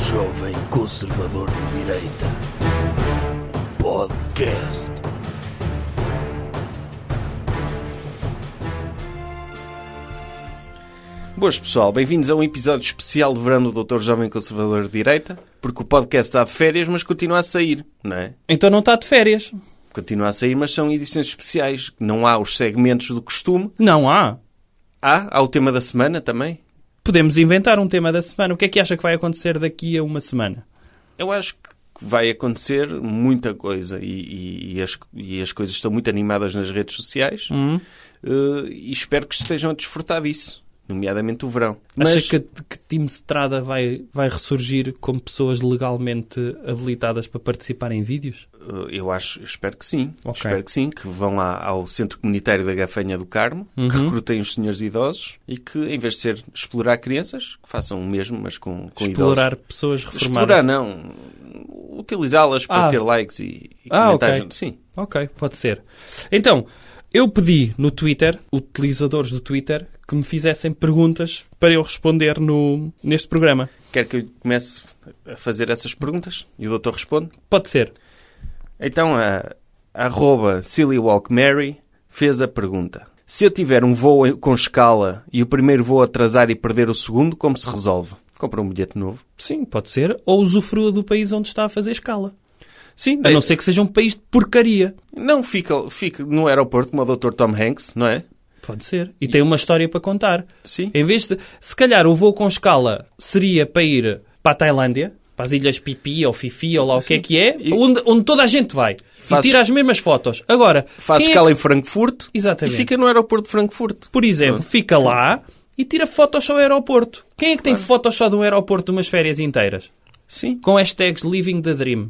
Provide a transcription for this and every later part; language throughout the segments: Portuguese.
Jovem Conservador de Direita. Podcast. Boas pessoal, bem-vindos a um episódio especial de verão do Doutor Jovem Conservador de Direita, porque o podcast está de férias, mas continua a sair, não é? Então não está de férias. Continua a sair, mas são edições especiais, não há os segmentos do costume. Não há. Há, há o tema da semana também. Podemos inventar um tema da semana. O que é que acha que vai acontecer daqui a uma semana? Eu acho que vai acontecer muita coisa e, e- e as, e as coisas estão muito animadas nas redes sociais Eh, e espero que estejam a desfrutar disso, nomeadamente o verão. Acha que, que Tim Estrada vai, vai ressurgir como pessoas legalmente habilitadas para participar em vídeos? Uh, Eu acho, eu espero que sim. Ok. Espero que sim, que vão lá ao Centro Comunitário da Gafanha do Carmo, Uhum. que recrutem os senhores idosos e que, em vez de ser explorar crianças, que façam o mesmo, mas com, com Explorar idosos. pessoas reformadas? Explorar não. Utilizá-las para Ah. ter likes e, e Ah, comentários. ok. Sim. Ok, pode ser. Então, eu pedi no Twitter, utilizadores do Twitter, que me fizessem perguntas para eu responder no, neste programa. Quer que eu comece a fazer essas perguntas e o doutor responde? Pode ser. Então a arroba Silly Walk Mary fez a pergunta. Se eu tiver um voo em- com escala e o primeiro voo atrasar e perder o segundo, como se resolve? Compra um bilhete novo. Sim, pode ser. Ou usufrua do país onde está a fazer escala. Sim, A eh, não ser que seja um país de porcaria. não fica, fica no aeroporto como o Dr. Tom Hanks, não é? Pode ser. E, tem uma história para contar. Sim. Em vez de. Se calhar o voo com escala seria para ir para a Tailândia, para as ilhas Pipi ou Fifi ou lá o que é que é, E- onde, onde toda a gente vai. Faz- E tira as mesmas fotos. Agora, Faz quem é escala que- em Frankfurt Exatamente. e fica no aeroporto de Frankfurt. por exemplo, Ah, fica lá e tira fotos só do aeroporto. Quem é que tem fotos só do aeroporto de umas férias inteiras? Sim. Com hashtags Living the Dream.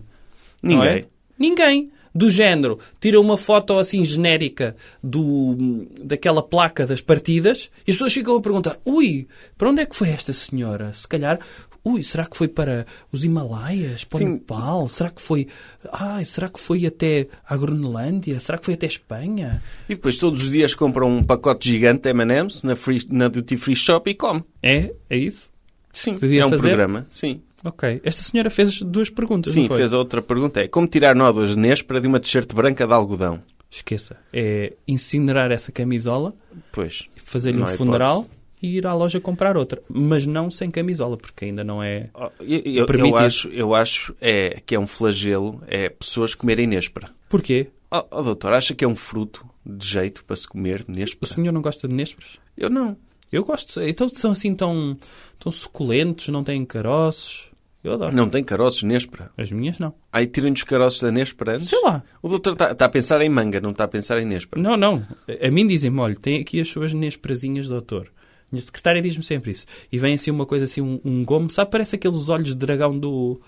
não Ninguém. é? Ninguém. Do género, tira uma foto assim genérica do, daquela placa das partidas e as pessoas ficam a perguntar: ui, para onde é que foi esta senhora? Se calhar, ui, será que foi para os Himalaias, para o Nepal? Será que foi. Ai, será que foi até a Groenlândia? Será que foi até a Espanha? E depois todos os dias compram um pacote gigante de M&M's na, free- na Duty Free Shop e come. É? É isso? Sim, Devia é um fazer? programa. Sim. Ok. Esta senhora fez duas perguntas. Sim, não foi? fez a outra pergunta. É como tirar nódoas de néspera de uma t-shirt branca de algodão? Esqueça. É incinerar essa camisola Pois. fazer-lhe Não um há funeral hipótese. e ir à loja comprar outra. Mas não sem camisola, porque ainda não é. Oh, Eu, eu- eu Permitido. acho, eu acho é, que é um flagelo é pessoas comerem néspera. Porquê? Oh, oh, doutor, acha que é um fruto de jeito para se comer O néspera? senhor não gosta de nésperas? Eu não. Eu gosto. Então são assim tão, tão suculentos, não têm caroços. Eu adoro. Não tem caroços néspera. As minhas não. Aí tiram-nos os caroços da néspera antes? Sei lá. O doutor está a pensar em manga, não está a pensar em néspera. Não, não. A a mim dizem-me, olha, tem aqui as suas nesperazinhas, doutor. Minha secretária diz-me sempre isso. E vem assim uma coisa assim, um, um gomo. Sabe, parece aqueles olhos de dragão do...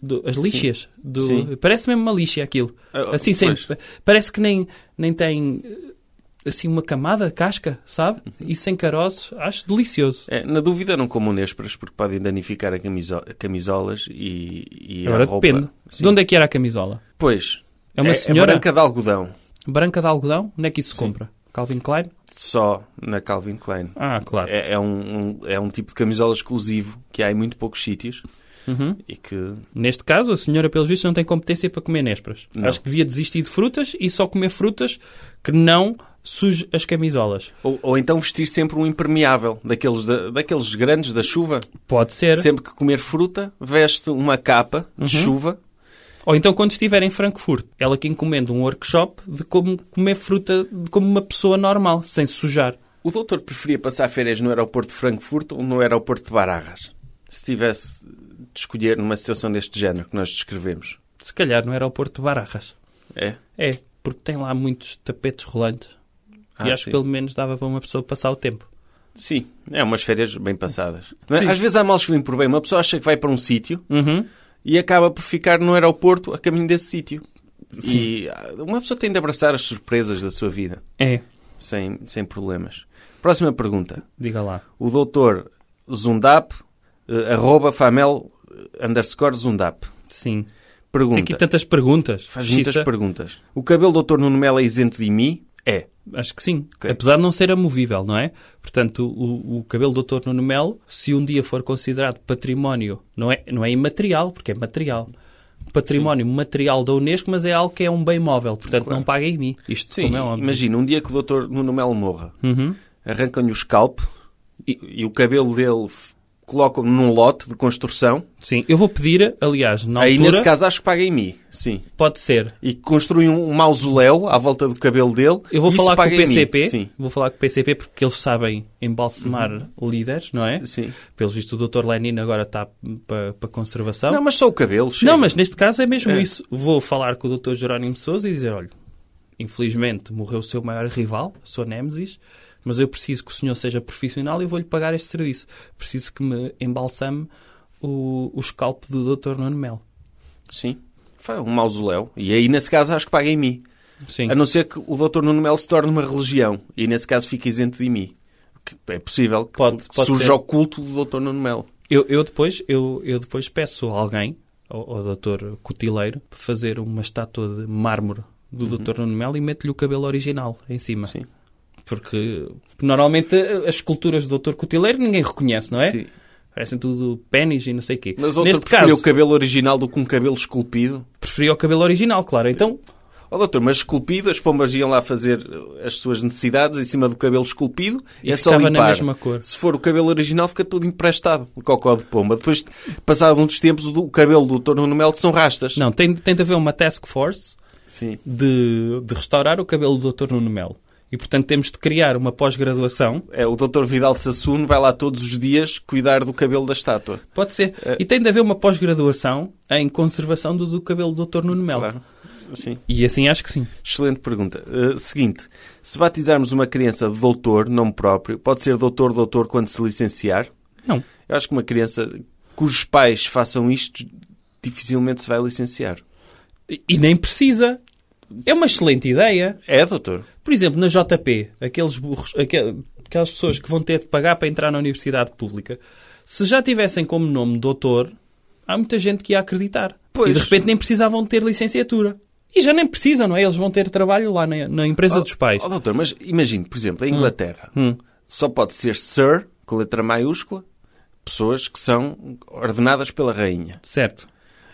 do- as lixias. Do, Sim. Parece mesmo uma lixa aquilo. Ah, assim, pois. sempre. Parece que nem, nem tem eh, assim uma camada, casca, sabe? Uhum. E sem caroços. Acho delicioso. É, na dúvida, não comam nésperas porque podem danificar a camiso- camisolas e, e Agora a roupa. depende. Sim. De onde é que era a camisola? Pois. É uma senhora branca branca... de algodão. de algodão? Onde é que isso se compra? Calvin Klein? Só na Calvin Klein. Ah, claro. É, é um, um- é um tipo de camisola exclusivo que há em muito poucos sítios Uhum. e que Neste caso, a senhora, pelos vistos, não tem competência para comer nésperas. Não. Acho que devia desistir de frutas e só comer frutas que não suje as camisolas. Ou, ou então vestir sempre um impermeável, daqueles, da- daqueles grandes da chuva. Pode ser. Sempre que comer fruta, veste uma capa de Uhum. chuva. Ou então, quando estiver em Frankfurt, ela que encomenda um workshop de como comer fruta como uma pessoa normal, sem se sujar. O doutor preferia passar férias no aeroporto de Frankfurt ou no aeroporto de Barajas? Se tivesse de escolher numa situação deste género que nós descrevemos. Se calhar no aeroporto de Barajas. É? É, porque tem lá muitos tapetes rolantes. Ah, e acho sim. que pelo menos dava para uma pessoa passar o tempo. Sim, é umas férias bem passadas. Não é? Sim. Às vezes há mal escolhido por bem. Uma pessoa acha que vai para um sítio Uhum. e acaba por ficar no aeroporto a caminho desse sítio. E ah, uma pessoa tem de abraçar as surpresas da sua vida, É, sem, sem problemas. Próxima pergunta. diga lá. o doutor Zundap, eh, arroba famel eh, underscore Zundap. Sim. Tem aqui Pergunta. tantas perguntas. Faz Xisa. muitas perguntas. O cabelo do doutor Nuno Melo é isento de mim? É. Acho que sim. Ok. Apesar de não ser amovível, não é? Portanto, o, o cabelo do Dr. Nuno Melo, se um dia for considerado património, não é, não é imaterial, porque é material. Património material da Unesco, mas é algo que é um bem móvel. Portanto, não paga em mim. Isto Sim, como é óbvio. Uhum. imagina, um dia que o Dr. Nuno Melo morra, arrancam-lhe o scalp e, e o cabelo dele f- colocam num lote de construção. Sim, eu vou pedir, aliás, na Aí, altura, nesse caso, acho que paga em mim. Sim. pode ser. E construem um um mausoléu à volta do cabelo dele. Eu vou Isso falar com o paga em mim. PCP, Sim. Uhum. vou falar com o PCP porque eles sabem embalsamar líderes, não é? Sim. Pelos vistos, o Dr. Lenin agora está para conservação. Não, mas só o cabelo. chega. Não, mas neste caso é mesmo É. isso. Vou falar com o Dr. Jerónimo de Souza e dizer: olha, infelizmente morreu o seu maior rival, a sua Némesis, mas eu preciso que o senhor seja profissional e eu vou-lhe pagar este serviço. Preciso que me embalsame o, o scalp do Dr. Nuno Melo. Sim. Faz um mausoléu. E aí, nesse caso, acho que paga em mim. Sim. A não ser que o Dr. Nuno Melo se torne uma religião. E nesse caso fica isento de mim. Que é possível que, Pode- que pode surja ser. o culto do Dr. Nuno Melo. Eu, eu depois, eu, eu depois peço a alguém, ao, ao Dr. Cotileiro, para fazer uma estátua de mármore do Dr. Nuno Melo e mete-lhe o cabelo original em cima. Uhum. Sim. Porque normalmente eh, as esculturas do Dr. Cotileiro ninguém reconhece, não é? Sim. Parecem tudo pênis e não sei o quê. Mas outro Neste preferiu caso, o cabelo original do que um cabelo esculpido. preferia o cabelo original, claro. Então, Ó doutor, mas esculpido, as pombas iam lá fazer eh, as suas necessidades em cima do cabelo esculpido E é só ficava limpar. na mesma cor. Se for o cabelo original, fica tudo emprestado, o cocó de pomba. Depois, passado uns tempos, o, do- o cabelo do doutor Nuno Melo são rastas. não, tem, tem de haver uma task force Sim. de, de restaurar o cabelo do Dr. Nuno Melo. E, portanto, temos de criar uma pós-graduação É, o doutor Vidal Sassuno vai lá todos os dias cuidar do cabelo da estátua. Pode ser. É. E tem de haver uma pós-graduação em conservação do, do cabelo do Dr. Nuno Melo. Claro. Sim. E assim acho que sim. Excelente pergunta. Uh, seguinte, se batizarmos uma criança de doutor, nome próprio, pode ser doutor, doutor quando se licenciar? Não. Eu acho que uma criança cujos pais façam isto dificilmente se vai licenciar. E, e nem precisa. É uma excelente ideia. É, doutor? Por exemplo, na JP, aqueles burros, aquel- aquelas pessoas que vão ter de pagar para entrar na universidade pública, se já tivessem como nome doutor, há muita gente que ia acreditar. Pois. E de repente nem precisavam ter licenciatura. E já nem precisam, não é? Eles vão ter trabalho lá na, na empresa dos pais. Hum. Oh, doutor, mas imagine, por exemplo, a Inglaterra só pode ser Sir, com letra maiúscula, pessoas que são ordenadas pela rainha. Certo.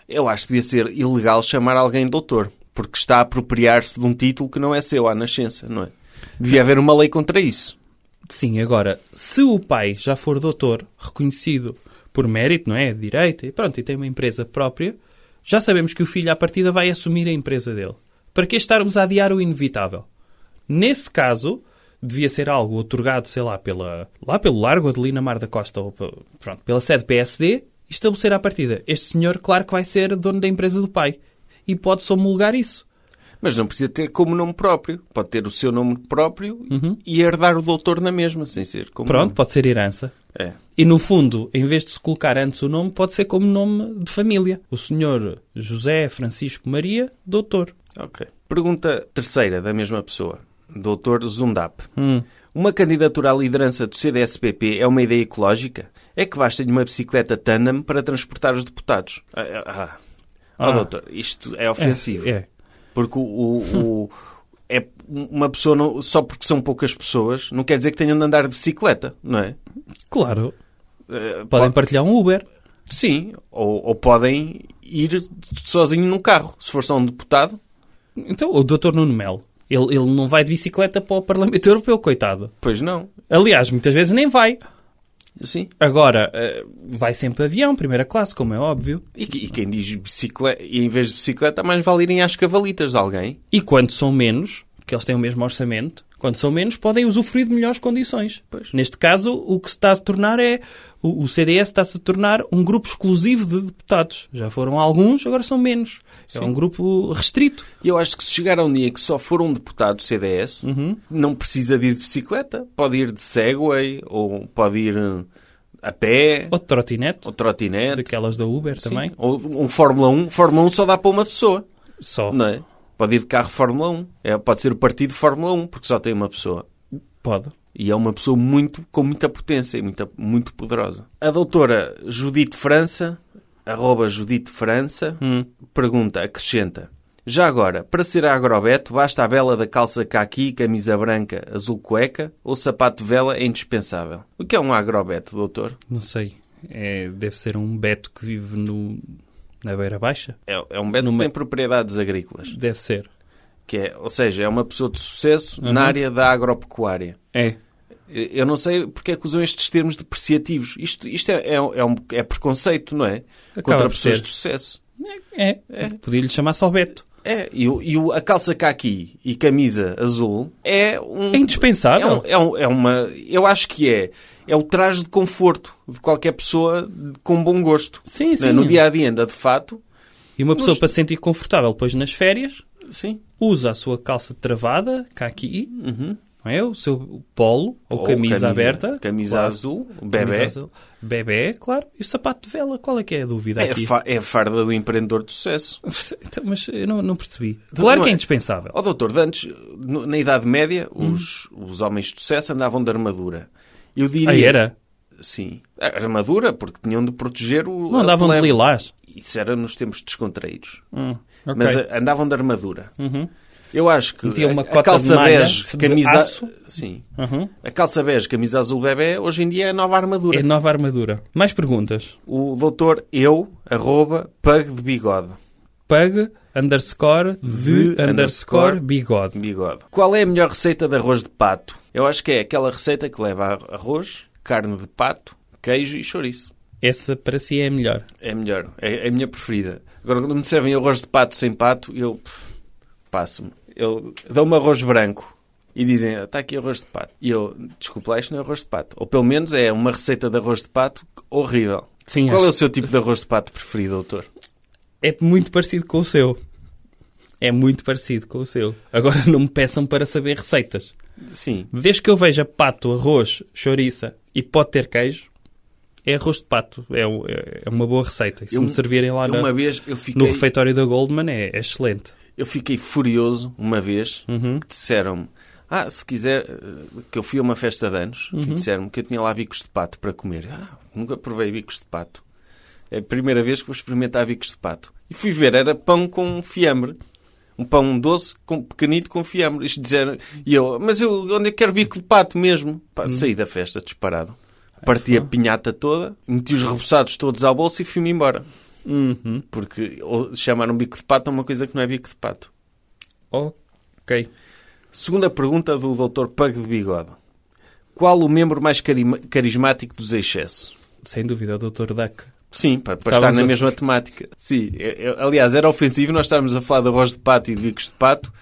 Eu acho que devia ser ilegal chamar alguém doutor, porque está a apropriar-se de um título que não é seu à nascença, não é? Devia haver uma lei contra isso. Sim, agora, se o pai já for doutor, reconhecido por mérito, não é? Direito, e pronto, e tem uma empresa própria, já sabemos que o filho, à partida, vai assumir a empresa dele. Para que estarmos a adiar o inevitável? Nesse caso, devia ser algo otorgado, sei lá, pela, lá pelo Largo Adelina Mar da Costa, ou pe- pronto, pela sede PSD, e estabelecer à partida. Este senhor, claro que vai ser dono da empresa do pai. E pode-se homologar isso. Mas não precisa ter como nome próprio. Pode ter o seu nome próprio e herdar o doutor na mesma, sem ser como Uhum. Pronto, nome. pode ser herança. É. E no fundo, em vez de se colocar antes o nome, pode ser como nome de família. O senhor José Francisco Maria, doutor. Ok. Pergunta terceira da mesma pessoa. Doutor Zundap. Uma candidatura à liderança do CDSPP é uma ideia ecológica? É que basta de uma bicicleta tandem para transportar os deputados. Ah, ah, ah. Oh, Ah. doutor, isto é ofensivo. É. Porque o, o- o- é uma pessoa, não- só porque são poucas pessoas, não quer dizer que tenham de andar de bicicleta, não é? Claro. Eh, Podem partilhar um Uber. Sim, ou, ou podem ir sozinho num carro. Se for só um deputado, Então, o doutor Nuno Melo. Ele, ele não vai de bicicleta para o Parlamento Europeu, coitado. pois não. Aliás, muitas vezes nem vai. Sim. Agora, eh, vai sempre avião, primeira classe, como é óbvio. E, que- e quem diz bicicleta, e em vez de bicicleta, mais vale irem às cavalitas de alguém. E quando são menos, que eles têm o mesmo orçamento, quando são menos, podem usufruir de melhores condições. Pois. Neste caso, o que se está a tornar é. O, o CDS está-se a tornar um grupo exclusivo de deputados. Já foram alguns, agora são menos. É um grupo restrito. E eu acho que se chegar a um dia que só for um deputado do CDS, não precisa de ir de bicicleta. Pode ir de Segway, ou pode ir eh, a pé, Ou de trotinete, ou trotinete. daquelas da Uber sim. também. Ou um Fórmula 1. Fórmula 1 só dá para uma pessoa, Só. não é? Pode ir de carro Fórmula 1. É, pode ser o partido Fórmula 1, porque só tem uma pessoa. Pode. E é uma pessoa muito, com muita potência e muita, muito poderosa. A doutora Hum. Judite França, arroba Judite França, pergunta, acrescenta. Já agora, para ser agrobeto, basta a vela da calça caqui, camisa branca, azul cueca ou sapato de vela é indispensável. O que é um agrobeto, doutor? Não sei. É, deve ser um Beto que vive no, na Beira Baixa. É, é um beto Numa- que tem propriedades agrícolas. Deve ser. Que é, ou seja, é uma pessoa de sucesso Uhum. na área da agropecuária. É. E- Eu não sei porque é que usam estes termos depreciativos. Isto, isto é, é, um- é um, é preconceito, não é? Acaba Contra por pessoas ser. de sucesso. É. Podia-lhe chamar só Beto. É, e, o- e o- a calça caqui e camisa azul é um... É indispensável. É, um- é um- é uma. Eu acho que é. É o traje de conforto de qualquer pessoa de- com bom gosto. Sim, Não é? sim. No dia a dia anda de fato. E uma pessoa Nos- para se sentir confortável depois nas férias, Sim. usa a sua calça travada, cá aqui, Uhum. não é? O seu polo ou, camisa, aberta. Camisa claro. azul. Camisa Bebê. azul. Bebé, claro. E o sapato de vela, qual é que é a dúvida É, a aqui? fa- é a farda do empreendedor de sucesso. Então, Mas eu não, não percebi. Então, Claro não que é é- indispensável. Ó doutor, de antes, no- na Idade Média, os, os homens de sucesso andavam de armadura. Eu diria. Aí Ah, era. Sim. Armadura, porque tinham de proteger o. Não a andavam de plebe. lilás. Isso era nos tempos descontraídos. Hum, ok. Mas eh, andavam de armadura. Uhum. Eu acho que Metia uma a- cota a de calça malha, bege, de camisa aço. Sim. Uhum. A calça bege, camisa azul bebê, hoje em dia é a nova armadura. É nova armadura. Mais perguntas. O doutor eu, arroba, pug de bigode. Pug underscore de De underscore underscore bigode. bigode. Qual é a melhor receita de arroz de pato? Eu acho que é aquela receita que leva ar- arroz, carne de pato, queijo e chouriço. Essa para si é a melhor. É melhor. É, é a minha preferida. Agora, quando me servem arroz de pato sem pato, eu pff, passo-me. Eu dou-me arroz branco e dizem, está aqui arroz de pato. E eu, desculpa lá, isto não é arroz de pato. Ou pelo menos é uma receita de arroz de pato horrível. Sim, Qual é o acho- seu tipo de arroz de pato preferido, doutor? é muito parecido com o seu. É muito parecido com o seu. Agora não me peçam para saber receitas. Sim. Desde que eu veja pato, arroz, chouriça e pode ter queijo, é arroz de pato. É, o- é- é uma boa receita. E se Eu- me servirem lá eu na- uma vez eu no fiquei, refeitório da Goldman, é, é excelente. eu fiquei furioso uma vez que disseram-me, ah, se quiser, eh, que eu fui a uma festa de anos e disseram-me que eu tinha lá bicos de pato para comer. Ah, nunca provei bicos de pato. É a primeira vez que vou experimentar bicos de pato. E fui ver, era pão com fiambre. Um pão doce, com, pequenito, com fiambre. Isto disseram, e eu, mas eu, onde eu quero bico de pato mesmo? Pá, Saí da festa disparado. Parti a pinhata toda, meti os reboçados todos ao bolso e fui-me embora. Uhum. Porque ou- chamar um bico de pato é uma coisa que não é bico de pato. Ok. Segunda pergunta do Dr. Pug de Bigode. Qual o membro mais carima- carismático dos excessos? Sem dúvida, o Dr. Duck. Sim, para, para estar Estávamos na a- mesma temática. Sim, eu- eu- aliás, era ofensivo nós estarmos a falar de arroz de pato e de bicos de pato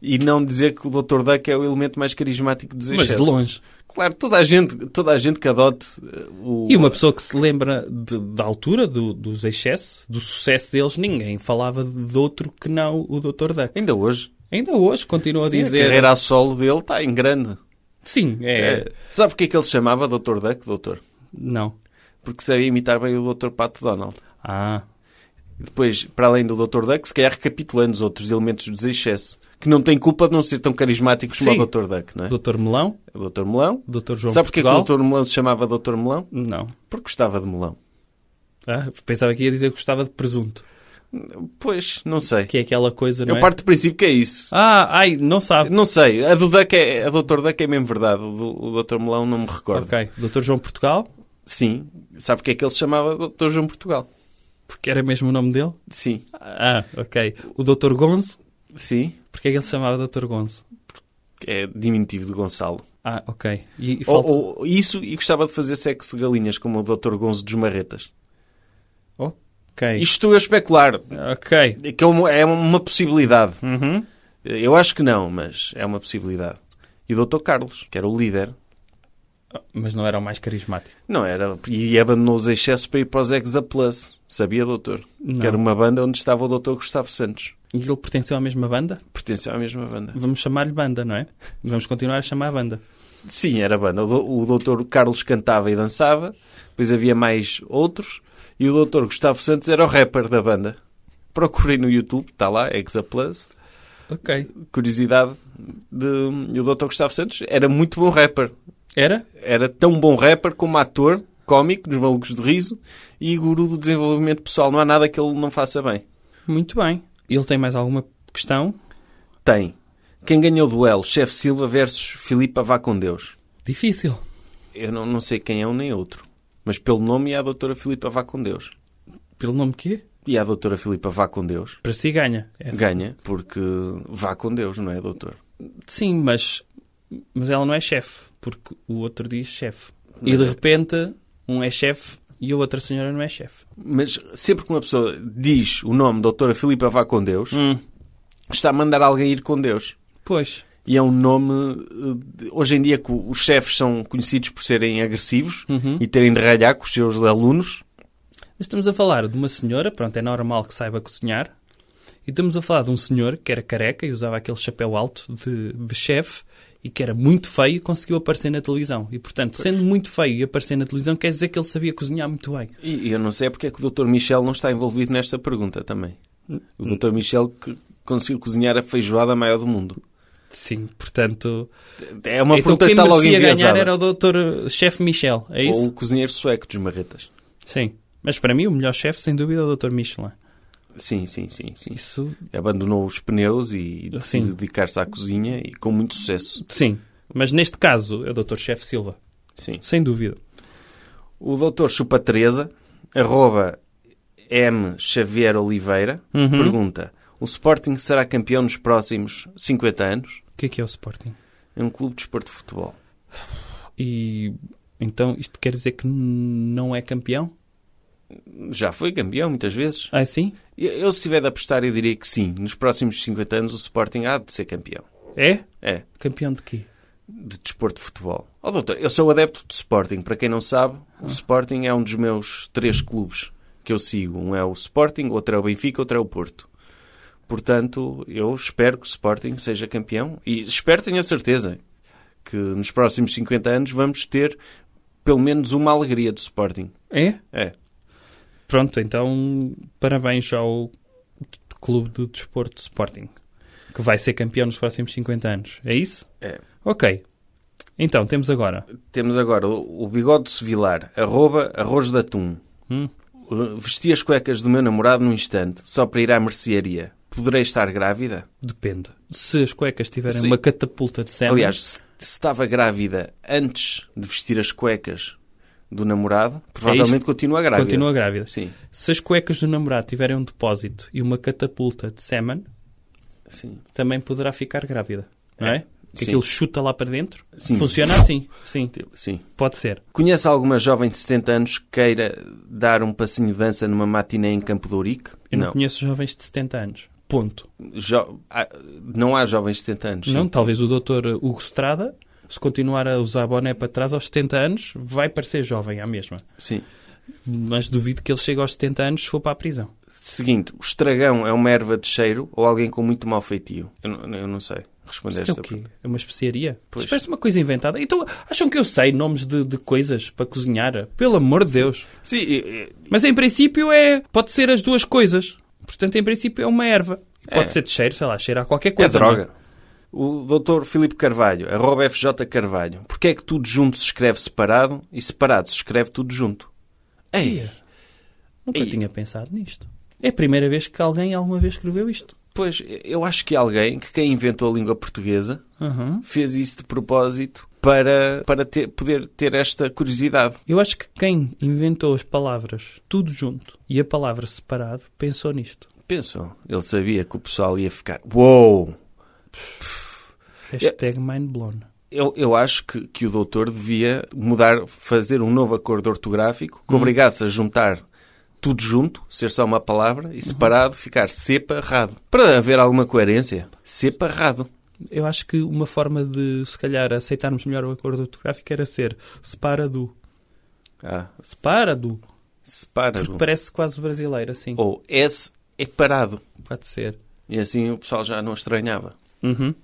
e não dizer que o Dr. Duck é o elemento mais carismático dos Mas excessos. de longe. Claro, toda a gente, toda a gente que adote eh, o... E uma pessoa que se lembra de- da altura do- dos excessos, do sucesso deles, ninguém falava de outro que não o Dr. Duck. Ainda hoje. Ainda hoje continua a Sim, dizer. A carreira a solo dele está em grande. Sim, é. É. Sabe porque é que ele se chamava Dr. Duck, doutor? Não. Porque sabia imitar bem o Dr. Pato Donald. Ah. E depois, para além do Dr. Duck, se calhar recapitulando os outros elementos do excesso, que não tem culpa de não ser tão carismáticos como Sim. o Dr. Duck, não é? Dr. Melão, O Dr. Melão. Dr. João Sabe porque é que Portugal. o Dr. Melão se chamava Dr. Melão? Não. Porque gostava de melão. Ah, pensava que ia dizer que gostava de presunto. Pois, não sei. Que é aquela coisa, não Eu é? parto do princípio que é isso. Ah, ai, não sabe. Não sei. A do Duck é, a do Dr. Duck é mesmo verdade. O, do, o Dr. Melão não me recordo. Ok. Dr. João Portugal, Sim. Sabe porque é que ele se chamava Dr. João Portugal? porque era mesmo o nome dele. Sim. Ah, ok. O Dr. Gonzo, Sim. porque é que ele se chamava Dr. Gonzo? É diminutivo de Gonçalo. Ah, ok. E, e Ou- falta... ou isso e gostava de fazer sexo de galinhas, como o Dr. Gonzo dos Marretas. Ok. oh. Isto estou a especular. Ok. Que é uma, é uma possibilidade. Uhum. Eu acho que não, mas é uma possibilidade. E o Dr. Carlos, que era o líder, Mas não era o mais carismático. não era. E abandonou os excessos para ir para os Exa Plus. Sabia, doutor? Não. Que era uma banda onde estava o Dr. Gustavo Santos. E ele pertenceu à mesma banda? Pertenceu à mesma banda. Vamos chamar-lhe banda, não é? Vamos continuar a chamar a banda. Sim, era banda. O do- O Dr. Carlos cantava e dançava, depois havia mais outros, e o Dr. Gustavo Santos era o rapper da banda. Procurei no YouTube, está lá, Exa Plus. Ok. Curiosidade, de... e o Dr. Gustavo Santos era muito bom rapper. Era? Era tão bom rapper como ator, cómico, nos Malucos do Riso, e guru do desenvolvimento pessoal. Não há nada que ele não faça bem. Muito bem. Ele tem mais alguma questão? Tem. Quem ganhou o duelo? Chefe Silva versus Filipa Vá com Deus. Difícil. Eu não, não sei quem é um nem outro. Mas pelo nome é a doutora Filipa Vá com Deus. Pelo nome quê? E a doutora Filipa Vá com Deus Para si ganha. É. ganha porque vá com Deus, não é, doutor? Sim, mas, mas ela não é chefe, porque o outro diz chefe. E Mas de é- repente, um é chefe e a outra senhora não é chefe. Mas sempre que uma pessoa diz o nome doutora Filipa Vá com Deus, Hum. está a mandar alguém ir com Deus. Pois. E é um nome. eh, de- Hoje em dia, que os chefes são conhecidos por serem agressivos Uhum. e terem de ralhar com os seus alunos. Mas estamos a falar de uma senhora, pronto, é normal que saiba cozinhar. E estamos a falar de um senhor que era careca e usava aquele chapéu alto de, de chefe e que era muito feio e conseguiu aparecer na televisão. E, portanto, sendo muito feio e aparecer na televisão, quer dizer que ele sabia cozinhar muito bem. E eu não sei porque é que o Dr. Michel não está envolvido nesta pergunta também. O Dr. Michel que conseguiu cozinhar a feijoada maior do mundo. Sim, portanto... É uma então pergunta que quem está logo merecia ganhar enviesada. era o doutor eh, chefe Michel, é isso? Ou o cozinheiro sueco dos marretas. Sim. Mas para mim o melhor chefe, sem dúvida, é o Dr. Michelin. Sim, sim, sim, sim. Isso, Abandonou os pneus e Sim. decidiu dedicar-se à cozinha e com muito sucesso. sim. Mas neste caso é o Dr. Chefe Silva, Sim. sem dúvida. O Dr. Chupa Teresa, arroba M. Xavier Oliveira, Uhum. pergunta: O Sporting será campeão nos próximos 50 anos? O que é que é o Sporting? É um clube de esporte de futebol. E então isto quer dizer que n- não é campeão? Já foi campeão muitas vezes. Ah, sim? Eu, eu, se tiver de apostar, eu diria que sim. Nos próximos 50 anos, o Sporting há de ser campeão. É? É, Campeão de quê? de desporto de futebol. Oh, doutor, eu sou adepto de Sporting. Para quem não sabe, o Sporting é um dos meus três clubes que eu sigo. Um é o Sporting, outro é o Benfica, outro é o Porto. Portanto, eu espero que o Sporting seja campeão e espero, tenho a certeza, que nos próximos 50 anos vamos ter pelo menos uma alegria do Sporting. É? É. Pronto, então parabéns ao t- Clube de Desporto Sporting, que vai ser campeão nos próximos 50 anos. É isso? É. Ok. Então, temos agora. Temos agora o o bigode sevilar, arroba arroz de atum. Hum. Uh, Vesti as cuecas do meu namorado num instante, só para ir à mercearia. Poderei estar grávida? Depende. Se as cuecas tiverem Sim. uma catapulta de sêmen... Aliás, se, se estava grávida antes de vestir as cuecas do namorado, provavelmente continua grávida. É continua grávida. Sim, Se as cuecas do namorado tiverem um depósito e uma catapulta de sêmen, sim. também poderá ficar grávida, não é? É, sim. Que aquilo chuta lá para dentro. Sim. Funciona assim, sim. Tipo, sim. Pode ser. Conhece alguma jovem de 70 anos que queira dar um passinho de dança numa matiné em Campo de Ourique? Eu não, conheço jovens de 70 anos. Ponto. Jo- há- não há jovens de 70 anos. Não, sim. talvez o doutor Hugo Strada, se continuar a usar boné para trás aos 70 anos, vai parecer jovem à mesma. Sim. Mas duvido que ele chegue aos 70 anos se for para a prisão. Seguinte, o estragão é uma erva de cheiro ou alguém com muito mau feitio? Eu, não- eu não sei responder Isto é esta o quê? pergunta. É uma especiaria? Pois. Isto parece uma coisa inventada. Então, acham que eu sei nomes de, de coisas para cozinhar? Pelo amor de Deus. Sim, e- e- Mas em princípio é. Pode ser as duas coisas. Portanto, em princípio é uma erva. E Pode É. ser de cheiro, sei lá, cheira a qualquer é coisa. droga. O doutor Filipe Carvalho, arroba FJ Carvalho. Porquê é que tudo junto se escreve separado e separado se escreve tudo junto? Não? é? Ia. Nunca Ia. tinha pensado nisto. É a primeira vez que alguém alguma vez escreveu isto. Pois, eu acho que alguém, que quem inventou a língua portuguesa, Uhum. fez isso de propósito para, para ter- poder ter esta curiosidade. Eu acho que quem inventou as palavras tudo junto e a palavra separado pensou nisto. Pensou, ele sabia que o pessoal ia ficar... Uou! É. Hashtag mindblown. Eu, eu acho que, que o doutor devia mudar, fazer um novo acordo ortográfico que obrigasse a juntar tudo junto, ser só uma palavra, e separado ficar separado. Para haver alguma coerência, separado. Eu acho que uma forma de, se calhar, aceitarmos melhor o acordo ortográfico era ser separa do. Ah, Separa do. separado. Parece quase brasileiro, assim. Ou S é parado. Pode ser. E assim o pessoal já não estranhava. Uhum.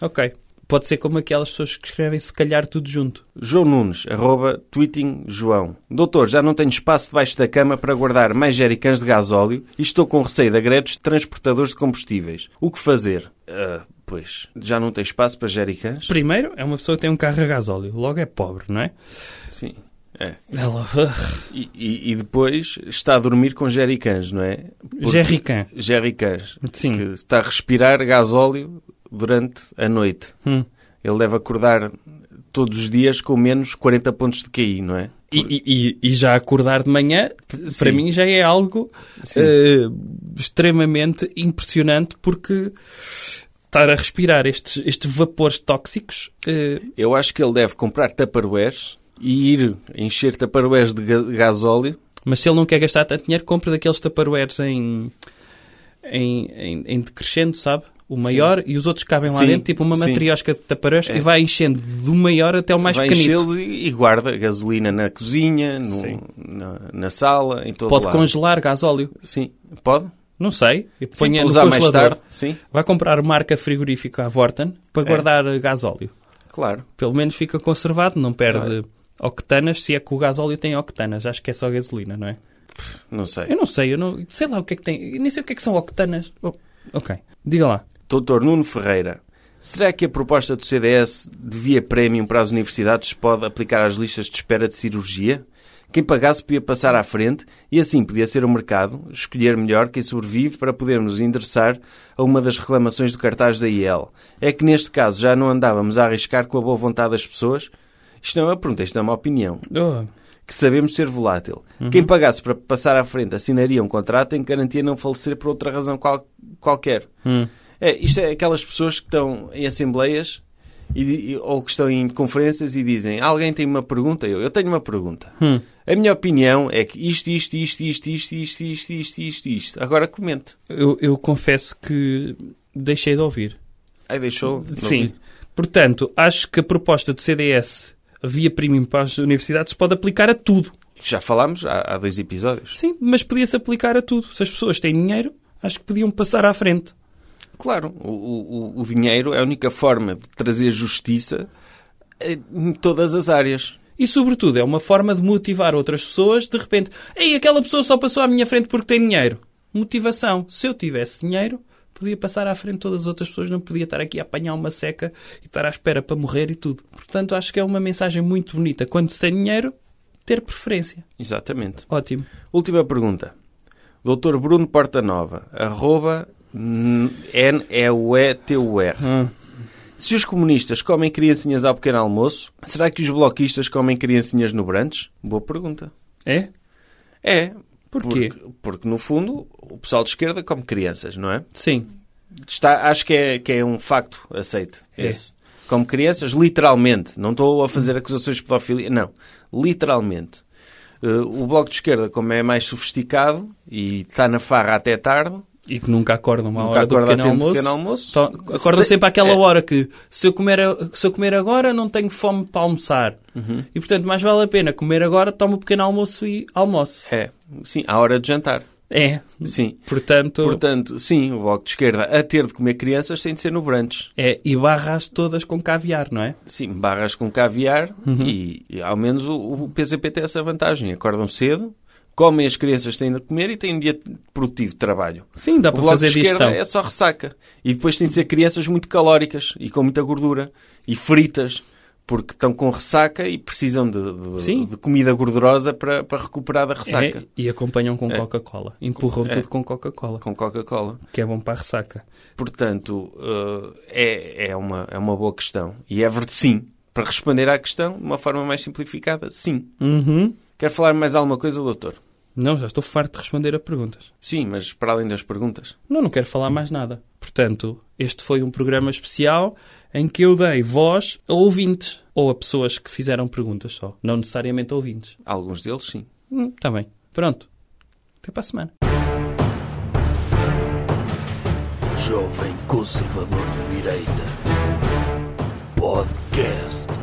Ok. Pode ser como aquelas pessoas que escrevem se calhar tudo junto. João Nunes, arroba tweeting João. Doutor, já não tenho espaço debaixo da cama para guardar mais jericãs de gasóleo e estou com receio de agredos de transportadores de combustíveis. O que fazer? Ah, pois, já não tem espaço para jericãs? Primeiro, é uma pessoa que tem um carro a gasóleo. Logo é pobre, não é? Sim, é. Ela... E, e- e depois está a dormir com jericãs, não é? Jerrycan. Jerrycans. Sim. Que está a respirar gasóleo durante a noite. Hum. Ele deve acordar todos os dias com menos 40 pontos de KI, não é? E, e- e- e já acordar de manhã, p- Sim. para mim, já é algo Sim. eh, extremamente impressionante, porque estar a respirar estes, estes vapores tóxicos. eh, Eu acho que ele deve comprar taparoés e ir encher taparoés de ga- gasóleo. mas se ele não quer gastar tanto dinheiro, compra daqueles taparoeiros em, em, em, em decrescendo, sabe? O maior e os outros cabem lá Sim, dentro, tipo uma sim. matriosca de taparoeiros, É. e vai enchendo do maior até o mais vai pequenito. enchê-los e, e guarda gasolina na cozinha, no- Sim. na, na sala, em todo Pode lado. congelar gasóleo. Sim, pode. Não sei. Sim, Põe para no usar mais congelador. tarde. Sim, Vai comprar marca frigorífica à Vorten para guardar eh, gasóleo. claro. Pelo menos fica conservado, não perde octanas, se é que o gasóleo tem octanas. Acho que é só gasolina, não é? Não sei. Eu não sei, eu não sei lá o que é que tem. eu nem sei o que é que são octanas. Oh, ok, diga lá. Doutor Nuno Ferreira. Será que a proposta do CDS de via prémium para as universidades pode aplicar às listas de espera de cirurgia? Quem pagasse podia passar à frente e assim podia ser o mercado escolher melhor quem sobrevive para podermos endereçar a uma das reclamações do cartaz da IEL. É que neste caso já não andávamos a arriscar com a boa vontade das pessoas? Isto não é uma pergunta, isto é uma opinião. Oh, que sabemos ser volátil. Quem pagasse para passar à frente assinaria um contrato em que garantia não falecer por outra razão qual- qualquer. É, isto é aquelas pessoas que estão em assembleias e di- e- ou que estão em conferências e dizem alguém tem uma pergunta? Eu, eu tenho uma pergunta. A minha opinião é que isto, isto, isto, isto, isto, isto, isto, isto, isto, isto. Agora comente. eu, eu confesso que deixei de ouvir. Aí deixou. não Sim. vi. Portanto, acho que a proposta do CDS via premium para as universidades pode aplicar a tudo. Já falámos há, há dois episódios. Sim, mas podia-se aplicar a tudo. Se as pessoas têm dinheiro, acho que podiam passar à frente. Claro, o, o- o dinheiro é a única forma de trazer justiça eh, em todas as áreas. E, sobretudo, é uma forma de motivar outras pessoas. De repente, ei, aquela pessoa só passou à minha frente porque tem dinheiro. Motivação. Se eu tivesse dinheiro, podia passar à frente de todas as outras pessoas, não podia estar aqui a apanhar uma seca e estar à espera para morrer e tudo. Portanto, acho que é uma mensagem muito bonita. Quando se tem dinheiro, ter preferência. Exatamente. Ótimo. Última pergunta. Dr. Bruno Portanova, arroba N-E-U-E-T-U-R. Se os comunistas comem criancinhas ao pequeno almoço, será que os bloquistas comem criancinhas no brunch? Boa pergunta. É? É. Porquê? Porque, porque, no fundo, o pessoal de esquerda come crianças, não é? Sim. Está, acho que é, que é um facto aceito. É. Esse. Como crianças, literalmente. Não estou a fazer acusações de pedofilia. Não. Literalmente. Eh, o Bloco de Esquerda, como é mais sofisticado e está na farra até tarde, E que nunca acordam à Nunca hora do acorda a pequeno tempo do almoço. pequeno almoço. Então, Se acordam tem- sempre àquela é. hora que se eu, comer, a- se eu comer agora não tenho fome para almoçar. Uhum. E portanto, mais vale a pena comer agora, tomo o pequeno almoço e almoço. é. Sim, à hora de jantar. É. Sim. Portanto, Portanto, sim, o Bloco de Esquerda, a ter de comer crianças, tem de ser no brunch. é, e barras todas com caviar, não é? Sim, barras com caviar e, e ao menos o, o PCP tem essa vantagem. Acordam cedo, comem as crianças que têm de comer e têm um dia produtivo de trabalho. Sim, dá O para bloco fazer de esquerda digestão. é só ressaca. E depois tem de ser crianças muito calóricas e com muita gordura e fritas, porque estão com ressaca e precisam de, de- Sim. de comida gordurosa para, para recuperar da ressaca. É, e acompanham com É. Coca-Cola. Empurram É. tudo com Coca-Cola, Com Coca-Cola. que é bom para a ressaca. Portanto, eh, é, é, uma, é uma boa questão. E é verdade, sim. Para responder à questão de uma forma mais simplificada, sim. Uhum. Quer falar mais alguma coisa, doutor? Não, já estou farto de responder a perguntas. Sim, mas para além das perguntas. Não, não quero falar mais nada. Portanto, este foi um programa especial em que eu dei voz a ouvintes ou a pessoas que fizeram perguntas só, não necessariamente a ouvintes. Alguns deles, sim. Hum, tá bem. Pronto. Até para a semana. Jovem Conservador de Direita. Podcast.